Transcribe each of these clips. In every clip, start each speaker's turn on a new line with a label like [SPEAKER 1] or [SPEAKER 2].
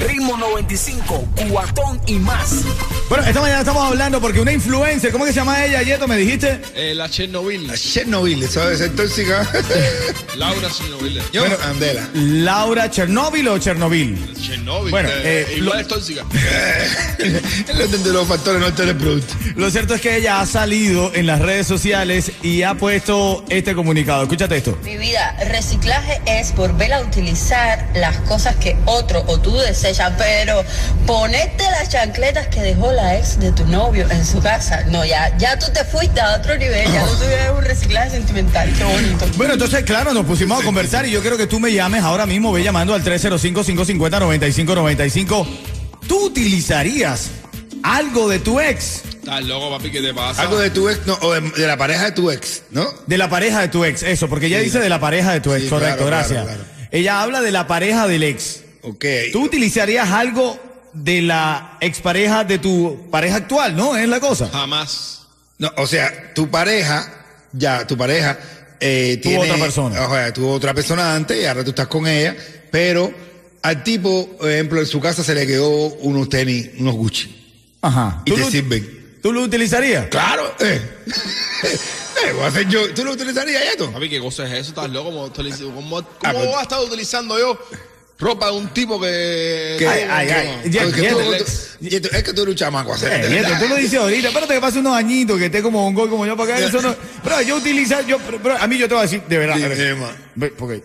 [SPEAKER 1] Ritmo 95, cuatón y más.
[SPEAKER 2] Bueno, esta mañana estamos hablando porque una influencer, ¿cómo que se llama ella, Yeto? ¿Me dijiste?
[SPEAKER 3] Eh, la Chernobyl.
[SPEAKER 4] Chernobyl, eso debe ser tóxica.
[SPEAKER 3] Laura Chernobyl.
[SPEAKER 4] Yo, Andela.
[SPEAKER 2] Laura Chernobyl o Chernobyl.
[SPEAKER 3] Chernobyl.
[SPEAKER 2] Bueno,
[SPEAKER 3] eh,
[SPEAKER 2] eh,
[SPEAKER 3] igual
[SPEAKER 2] lo-
[SPEAKER 3] es tóxica.
[SPEAKER 4] El orden de los factores no está en el producto.
[SPEAKER 2] Lo cierto es que ella ha salido en las redes sociales y ha puesto este comunicado. Escúchate esto.
[SPEAKER 5] Mi vida, reciclaje es volver a utilizar las cosas que otro o tú desechas, pero ponerte las chancletas que dejó la ex de tu novio en su casa. No, ya, ya tú te fuiste a otro nivel, ya no tuvieras un reciclaje sentimental, qué bonito.
[SPEAKER 2] Bueno, entonces, claro, nos pusimos a conversar y yo quiero que tú me llames ahora mismo. Ve llamando al 305-550-9595. ¿Tú utilizarías algo de tu ex?
[SPEAKER 3] Estás loco, papi, ¿qué te pasa?
[SPEAKER 4] Algo de tu ex, no, o de, de la pareja de tu ex, ¿no?
[SPEAKER 2] De la pareja de tu ex, eso, porque ella dice de la pareja de tu ex,
[SPEAKER 4] Sí,
[SPEAKER 2] correcto,
[SPEAKER 4] claro,
[SPEAKER 2] gracias.
[SPEAKER 4] claro, claro.
[SPEAKER 2] Ella habla de la pareja del ex.
[SPEAKER 4] Ok.
[SPEAKER 2] ¿Tú utilizarías algo de la expareja de tu pareja actual, no? Es la cosa.
[SPEAKER 3] Jamás.
[SPEAKER 4] No, o sea, tu pareja, ya, tu pareja. Eh,
[SPEAKER 2] Tuvo
[SPEAKER 4] tiene,
[SPEAKER 2] otra persona.
[SPEAKER 4] O sea, tuvo otra persona antes y ahora tú estás con ella, pero al tipo, por ejemplo, en su casa se le quedó unos tenis, unos Gucci.
[SPEAKER 2] Ajá.
[SPEAKER 4] Y
[SPEAKER 2] ¿Tú
[SPEAKER 4] te
[SPEAKER 2] lo-
[SPEAKER 4] sirven.
[SPEAKER 2] ¿Tú lo utilizarías?
[SPEAKER 4] Claro, eh. Eh, voy a hacer yo. ¿Tú lo utilizarías, Yato?
[SPEAKER 3] Papi, ¿qué cosa es eso? ¿Estás loco? ¿Cómo, utiliz- cómo, cómo
[SPEAKER 4] Ah,
[SPEAKER 2] pues-
[SPEAKER 4] pero-
[SPEAKER 3] voy a estar utilizando yo ropa de un tipo que...
[SPEAKER 4] Que-
[SPEAKER 2] Ay, ay, ay.
[SPEAKER 3] que-
[SPEAKER 2] Ya,
[SPEAKER 4] Porque
[SPEAKER 2] ya,
[SPEAKER 4] tú-
[SPEAKER 3] ya,
[SPEAKER 4] tú- Yato, es que tú eres un chamaco. o sea, de
[SPEAKER 2] Eh, Nieto,
[SPEAKER 4] verdad.
[SPEAKER 2] tú lo dices ahorita, espérate que pase unos añitos, que esté como un gol como yo para acá. Eso no, pero yo utilizar, yo, pero- pero a mí yo te voy a decir, de verdad.
[SPEAKER 4] Sí,
[SPEAKER 2] pero-
[SPEAKER 4] sí, ma.
[SPEAKER 2] ve, porque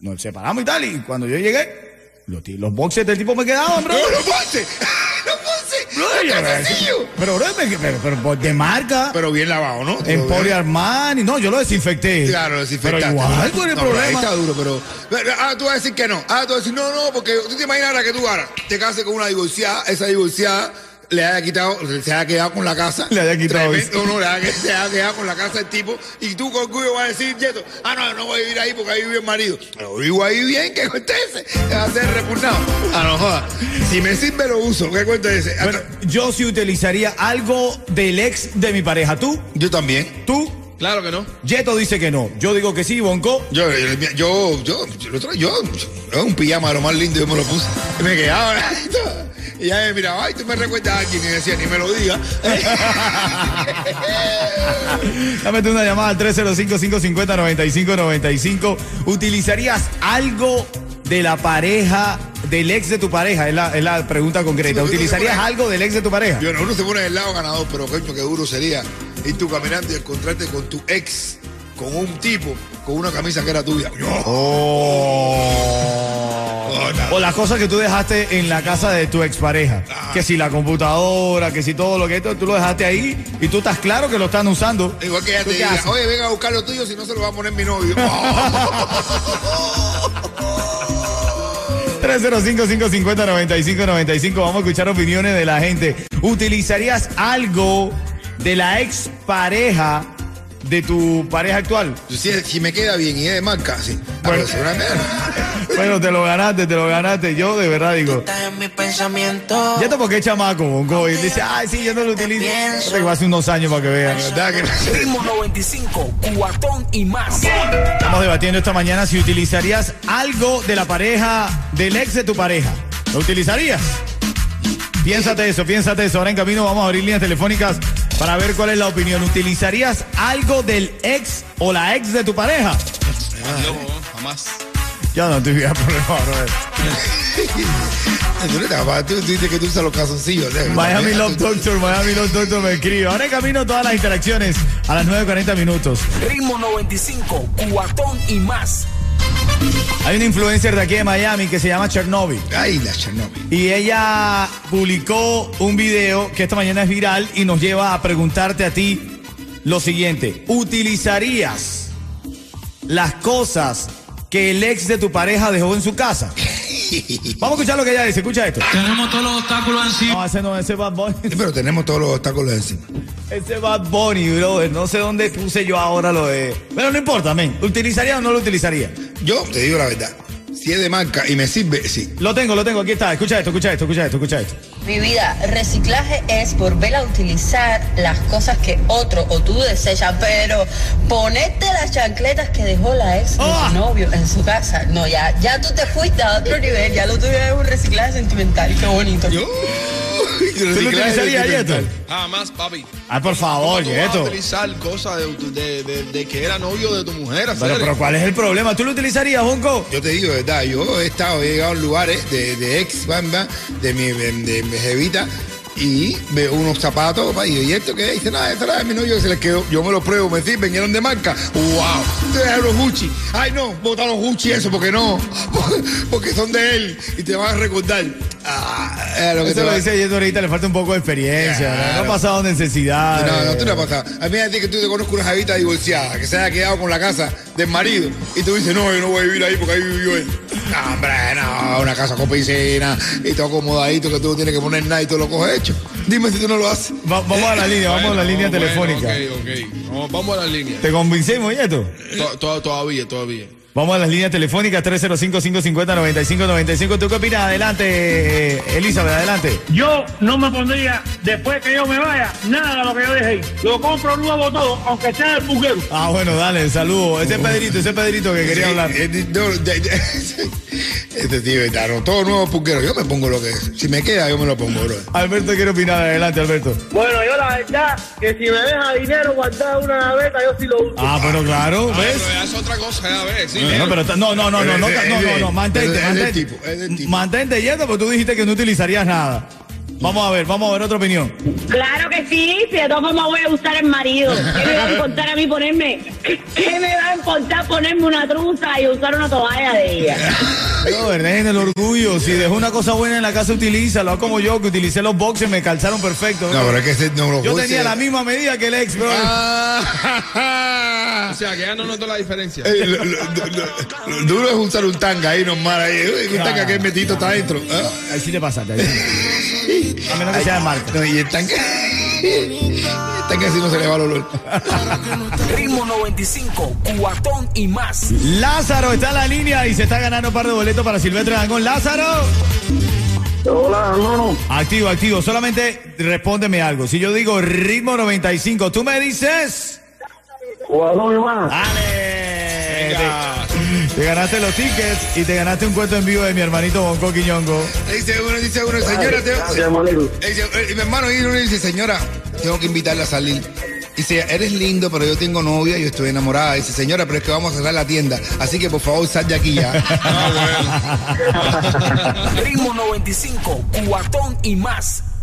[SPEAKER 2] nos separamos y tal, y cuando yo llegué, los, ti- los boxes del tipo me quedaban, bro.
[SPEAKER 4] ¡No, no puse! ¡No puse! ¡No,
[SPEAKER 2] Pero,
[SPEAKER 4] calzoncillo!
[SPEAKER 2] pero, bro, me- pero- pero, por- de marca.
[SPEAKER 4] Pero bien lavado, ¿no? Te lo
[SPEAKER 2] En
[SPEAKER 4] veo.
[SPEAKER 2] Poli Armani, no, yo lo desinfecté.
[SPEAKER 4] Claro, desinfectaste.
[SPEAKER 2] Pero igual, ¿cuál es el
[SPEAKER 4] No, pero ahí
[SPEAKER 2] problema?
[SPEAKER 4] Está duro, pero. pero, Ah, tú vas a decir que no. Ah, tú vas a decir, no, no, porque tú te imaginas ahora que tú ahora te cases con una divorciada, esa divorciada le haya quitado, se haya quedado con la casa.
[SPEAKER 2] Le haya quitado
[SPEAKER 4] Tremendo, no, le haya, se haya quedado con la casa del tipo. Y tú con orgullo vas a decir, Yeto, ah, no, no voy a vivir ahí porque ahí vive el marido. Pero vivo ahí bien, ¿qué cuenta ese? Te va a ser repugnado. Ah, no joda. Si me sirve, lo uso. ¿Qué cuenta ese? Ah,
[SPEAKER 2] Bueno, yo sí utilizaría algo del ex de mi pareja. ¿Tú?
[SPEAKER 4] Yo también.
[SPEAKER 2] ¿Tú?
[SPEAKER 3] Claro que no.
[SPEAKER 2] Yeto dice que no. Yo digo que sí, Bonco.
[SPEAKER 4] Yo, yo, yo, yo, yo, el otro día, yo, yo, un pijama de lo más lindo, yo me lo puse. Y me quedaba, y todo. Y ella me miraba, ay, tú me recuerdas a alguien. Y decía, ni me lo diga.
[SPEAKER 2] Dame tú una llamada al 305-550-9595. ¿Utilizarías algo de la pareja, del ex de tu pareja? Es la, es la pregunta concreta.
[SPEAKER 4] Sí,
[SPEAKER 2] ¿Utilizarías
[SPEAKER 4] yo-
[SPEAKER 2] algo del ex de tu pareja?
[SPEAKER 4] Yo, no, uno se pone del lado ganador, pero coño, qué duro sería ir tú caminando y encontrarte con tu ex, con un tipo, con una camisa que era tuya. Yo,
[SPEAKER 2] Oh. O las cosas que tú dejaste en la casa de tu expareja. Que si la computadora, que si todo lo que esto, tú lo dejaste ahí y tú estás claro que lo están usando.
[SPEAKER 4] igual que ella
[SPEAKER 2] ¿Tú
[SPEAKER 4] te
[SPEAKER 2] qué
[SPEAKER 4] diga,
[SPEAKER 2] haces?
[SPEAKER 4] oye, venga a buscar lo tuyo, si no se lo va a poner mi novio. Oh.
[SPEAKER 2] 305-550-9595. Vamos a escuchar opiniones de la gente. ¿Utilizarías algo de la expareja de tu pareja actual?
[SPEAKER 4] si, si me queda bien y es de marca, sí. Ah,
[SPEAKER 2] Bueno.
[SPEAKER 4] Bueno, seguramente.
[SPEAKER 2] Bueno, te lo ganaste, te lo ganaste. Yo de verdad digo.
[SPEAKER 6] Estás en mi pensamiento.
[SPEAKER 2] Ya te porque es chamaco, Bongo. Y dice, ay, sí, yo no lo utilizo. Espérate que Hace unos años para que vean.
[SPEAKER 4] ¿Verdad que no?
[SPEAKER 1] Ritmo 95, cuatón y más.
[SPEAKER 2] Estamos debatiendo esta mañana si utilizarías algo de la pareja, del ex de tu pareja. ¿Lo utilizarías? Piénsate eso, piénsate eso. Ahora en camino vamos a abrir líneas telefónicas para ver cuál es la opinión. ¿Utilizarías algo del ex o la ex de tu pareja?
[SPEAKER 3] Estás loco, ¿no? jamás.
[SPEAKER 2] Yo no tuviera problema, brother.
[SPEAKER 4] Tú, no te vas, tú, tú dices que tú usas los calzoncillos. ¿eh?
[SPEAKER 2] Miami
[SPEAKER 4] También,
[SPEAKER 2] Love
[SPEAKER 4] tú-
[SPEAKER 2] Doctor, Miami Love Doctor me escribe. Ahora en camino todas las interacciones a las 9.40 minutos.
[SPEAKER 1] Ritmo 95, cuatón y más.
[SPEAKER 2] Hay una influencer de aquí de Miami que se llama Chernobyl.
[SPEAKER 4] Ay, la Chernobyl.
[SPEAKER 2] Y ella publicó un video que esta mañana es viral y nos lleva a preguntarte a ti lo siguiente. ¿Utilizarías las cosas que el ex de tu pareja dejó en su casa? Vamos a escuchar lo que ella dice. Escucha esto.
[SPEAKER 7] Tenemos todos los obstáculos encima.
[SPEAKER 2] No, ese no, ese Bad Bunny.
[SPEAKER 4] Pero tenemos todos los obstáculos encima.
[SPEAKER 2] Ese Bad Bunny, brother. No sé dónde puse yo ahora lo de. Pero no importa, men. ¿Utilizaría o no lo utilizaría?
[SPEAKER 4] Yo te digo la verdad. Si es de marca y me sirve, sí.
[SPEAKER 2] Lo tengo, lo tengo. Aquí está. Escucha esto, escucha esto, escucha esto, escucha esto.
[SPEAKER 5] Mi vida, reciclaje es volver a utilizar las cosas que otro o tú desechas, pero ponerte las chancletas que dejó la ex de
[SPEAKER 2] ¡Ah!
[SPEAKER 5] tu novio en su casa. No, ya, ya tú te fuiste a otro nivel, ya lo tuyo es un reciclaje sentimental, qué bonito.
[SPEAKER 4] Yo.
[SPEAKER 2] ¿Tú lo utilizarías, Yeto?
[SPEAKER 3] Jamás, papi.
[SPEAKER 2] Ah, por favor,
[SPEAKER 3] ¿Cómo tú vas a
[SPEAKER 2] Yeto.
[SPEAKER 3] utilizar cosas de, de- de- de que era novio de tu mujer.
[SPEAKER 2] Pero,
[SPEAKER 3] hacer?
[SPEAKER 2] pero ¿cuál es el problema? ¿Tú lo utilizarías, Junco?
[SPEAKER 4] Yo te digo, de verdad, yo he estado, he llegado a lugares de, de ex bamba, de mi, de, de mi jevita, y veo unos zapatos, papá, y yo, ¿y esto qué? Dice, nada, esto "Ah, era de mi novio, se les quedó. Yo me los pruebo, me sirven, eran de marca. ¡Wow! Te dejan los Gucci. Ay, no, bota los Gucci, eso, porque no. Porque son de él, y te van a recordar. Ah, era lo que
[SPEAKER 2] Eso
[SPEAKER 4] te
[SPEAKER 2] lo
[SPEAKER 4] va-
[SPEAKER 2] dice Yeto ahorita, le falta un poco de experiencia.
[SPEAKER 4] Claro.
[SPEAKER 2] No ha pasado necesidad.
[SPEAKER 4] No, no, tú no has pasado. A mí me dicen que tú te conozco una jevita divorciada, que se haya quedado con la casa del marido. Y tú dices, no, yo no voy a vivir ahí porque ahí vivió él. No, hombre, no, una casa con piscina y todo acomodadito, que tú no tienes que poner nada y tú lo coges hecho. Dime si tú no lo haces.
[SPEAKER 2] Va- vamos a la línea, vamos a la
[SPEAKER 3] Bueno,
[SPEAKER 2] línea
[SPEAKER 3] bueno,
[SPEAKER 2] telefónica.
[SPEAKER 3] ok, ok. Vamos- Vamos a la línea.
[SPEAKER 2] ¿Te convencemos, Yeto?
[SPEAKER 3] To- to- Todavía, todavía.
[SPEAKER 2] Vamos a las líneas telefónicas 305-550-9595. ¿Tú qué opinas? Adelante, eh, Elizabeth, adelante.
[SPEAKER 8] Yo no me pondría, después que yo me vaya, nada de lo que yo dejé. Lo compro nuevo todo, aunque sea el buguero.
[SPEAKER 2] Ah, bueno, dale, saludo. Ese es Pedrito, ese es Pedrito que quería hablar.
[SPEAKER 4] Eh, eh, no, de- de- Este tío es taro, todo nuevo puquero. Yo me pongo lo que es. Si me queda, yo me lo pongo, bro.
[SPEAKER 2] Alberto quiere opinar, adelante, Alberto.
[SPEAKER 8] Bueno, yo la verdad, que si me deja dinero guardado en una naveta, yo sí lo uso.
[SPEAKER 2] Ah, bueno, claro,
[SPEAKER 3] Ah,
[SPEAKER 2] ¿ves?
[SPEAKER 3] pero ya es otra cosa, ya ves. sí,
[SPEAKER 2] No,
[SPEAKER 3] pero-
[SPEAKER 2] pero está- no, no, no, no, no,
[SPEAKER 4] Es
[SPEAKER 2] no,
[SPEAKER 4] de- es
[SPEAKER 2] no,
[SPEAKER 4] de-
[SPEAKER 2] no, mantente,
[SPEAKER 4] es de- es del
[SPEAKER 2] mantente.
[SPEAKER 4] tipo, es del tipo.
[SPEAKER 2] Mantente yendo, porque tú dijiste que no utilizarías nada. Vamos a ver, vamos a ver otra opinión.
[SPEAKER 9] Claro que sí, si de todas formas voy a usar el marido. ¿Qué me va a importar a mí ponerme? ¿Qué, qué me va a importar ponerme una truza y usar una toalla de ella?
[SPEAKER 2] No, en el orgullo. Si dejó una cosa buena en la casa, utilízalo. Haz Como yo, que utilicé los boxes, me calzaron perfecto.
[SPEAKER 4] No, pero Ah. es que ese no lo
[SPEAKER 2] Yo
[SPEAKER 4] goce.
[SPEAKER 2] tenía la misma medida que el ex, bro.
[SPEAKER 3] O sea, que ya no noto la diferencia.
[SPEAKER 4] Ey, lo- lo- lo- lo- lo duro es usar un tanga ahí normal. Ahí. Uy, Un tanga que el metito está adentro. Ah.
[SPEAKER 2] Ahí sí te pasaste. ahí sí. A menos que sea de marca.
[SPEAKER 4] No, y el tanque. El tanque así no se le va el olor.
[SPEAKER 1] Ritmo 95, cuatón y más.
[SPEAKER 2] Lázaro está en la línea y se está ganando un par de boletos para Silvestre Dangón. Lázaro,
[SPEAKER 8] Hola, hermano.
[SPEAKER 2] activo, activo. Solamente respóndeme algo. Si yo digo ritmo 95, tú me dices.
[SPEAKER 8] Cuadrón y más.
[SPEAKER 2] ¡Ale! Te, te ganaste los tickets y te ganaste un cuento en vivo de mi hermanito Bonco Quiñongo.
[SPEAKER 4] Dice uno, dice uno, señora, tengo-
[SPEAKER 8] Gracias, manito.
[SPEAKER 4] Dice, eh, mi hermano y uno dice, señora, tengo que invitarla a salir. Dice, eres lindo, pero yo tengo novia, yo estoy enamorada. Dice, señora, pero es que vamos a cerrar la tienda. Así que por favor, sal de aquí ya.
[SPEAKER 1] Ritmo 95, cuatón y más.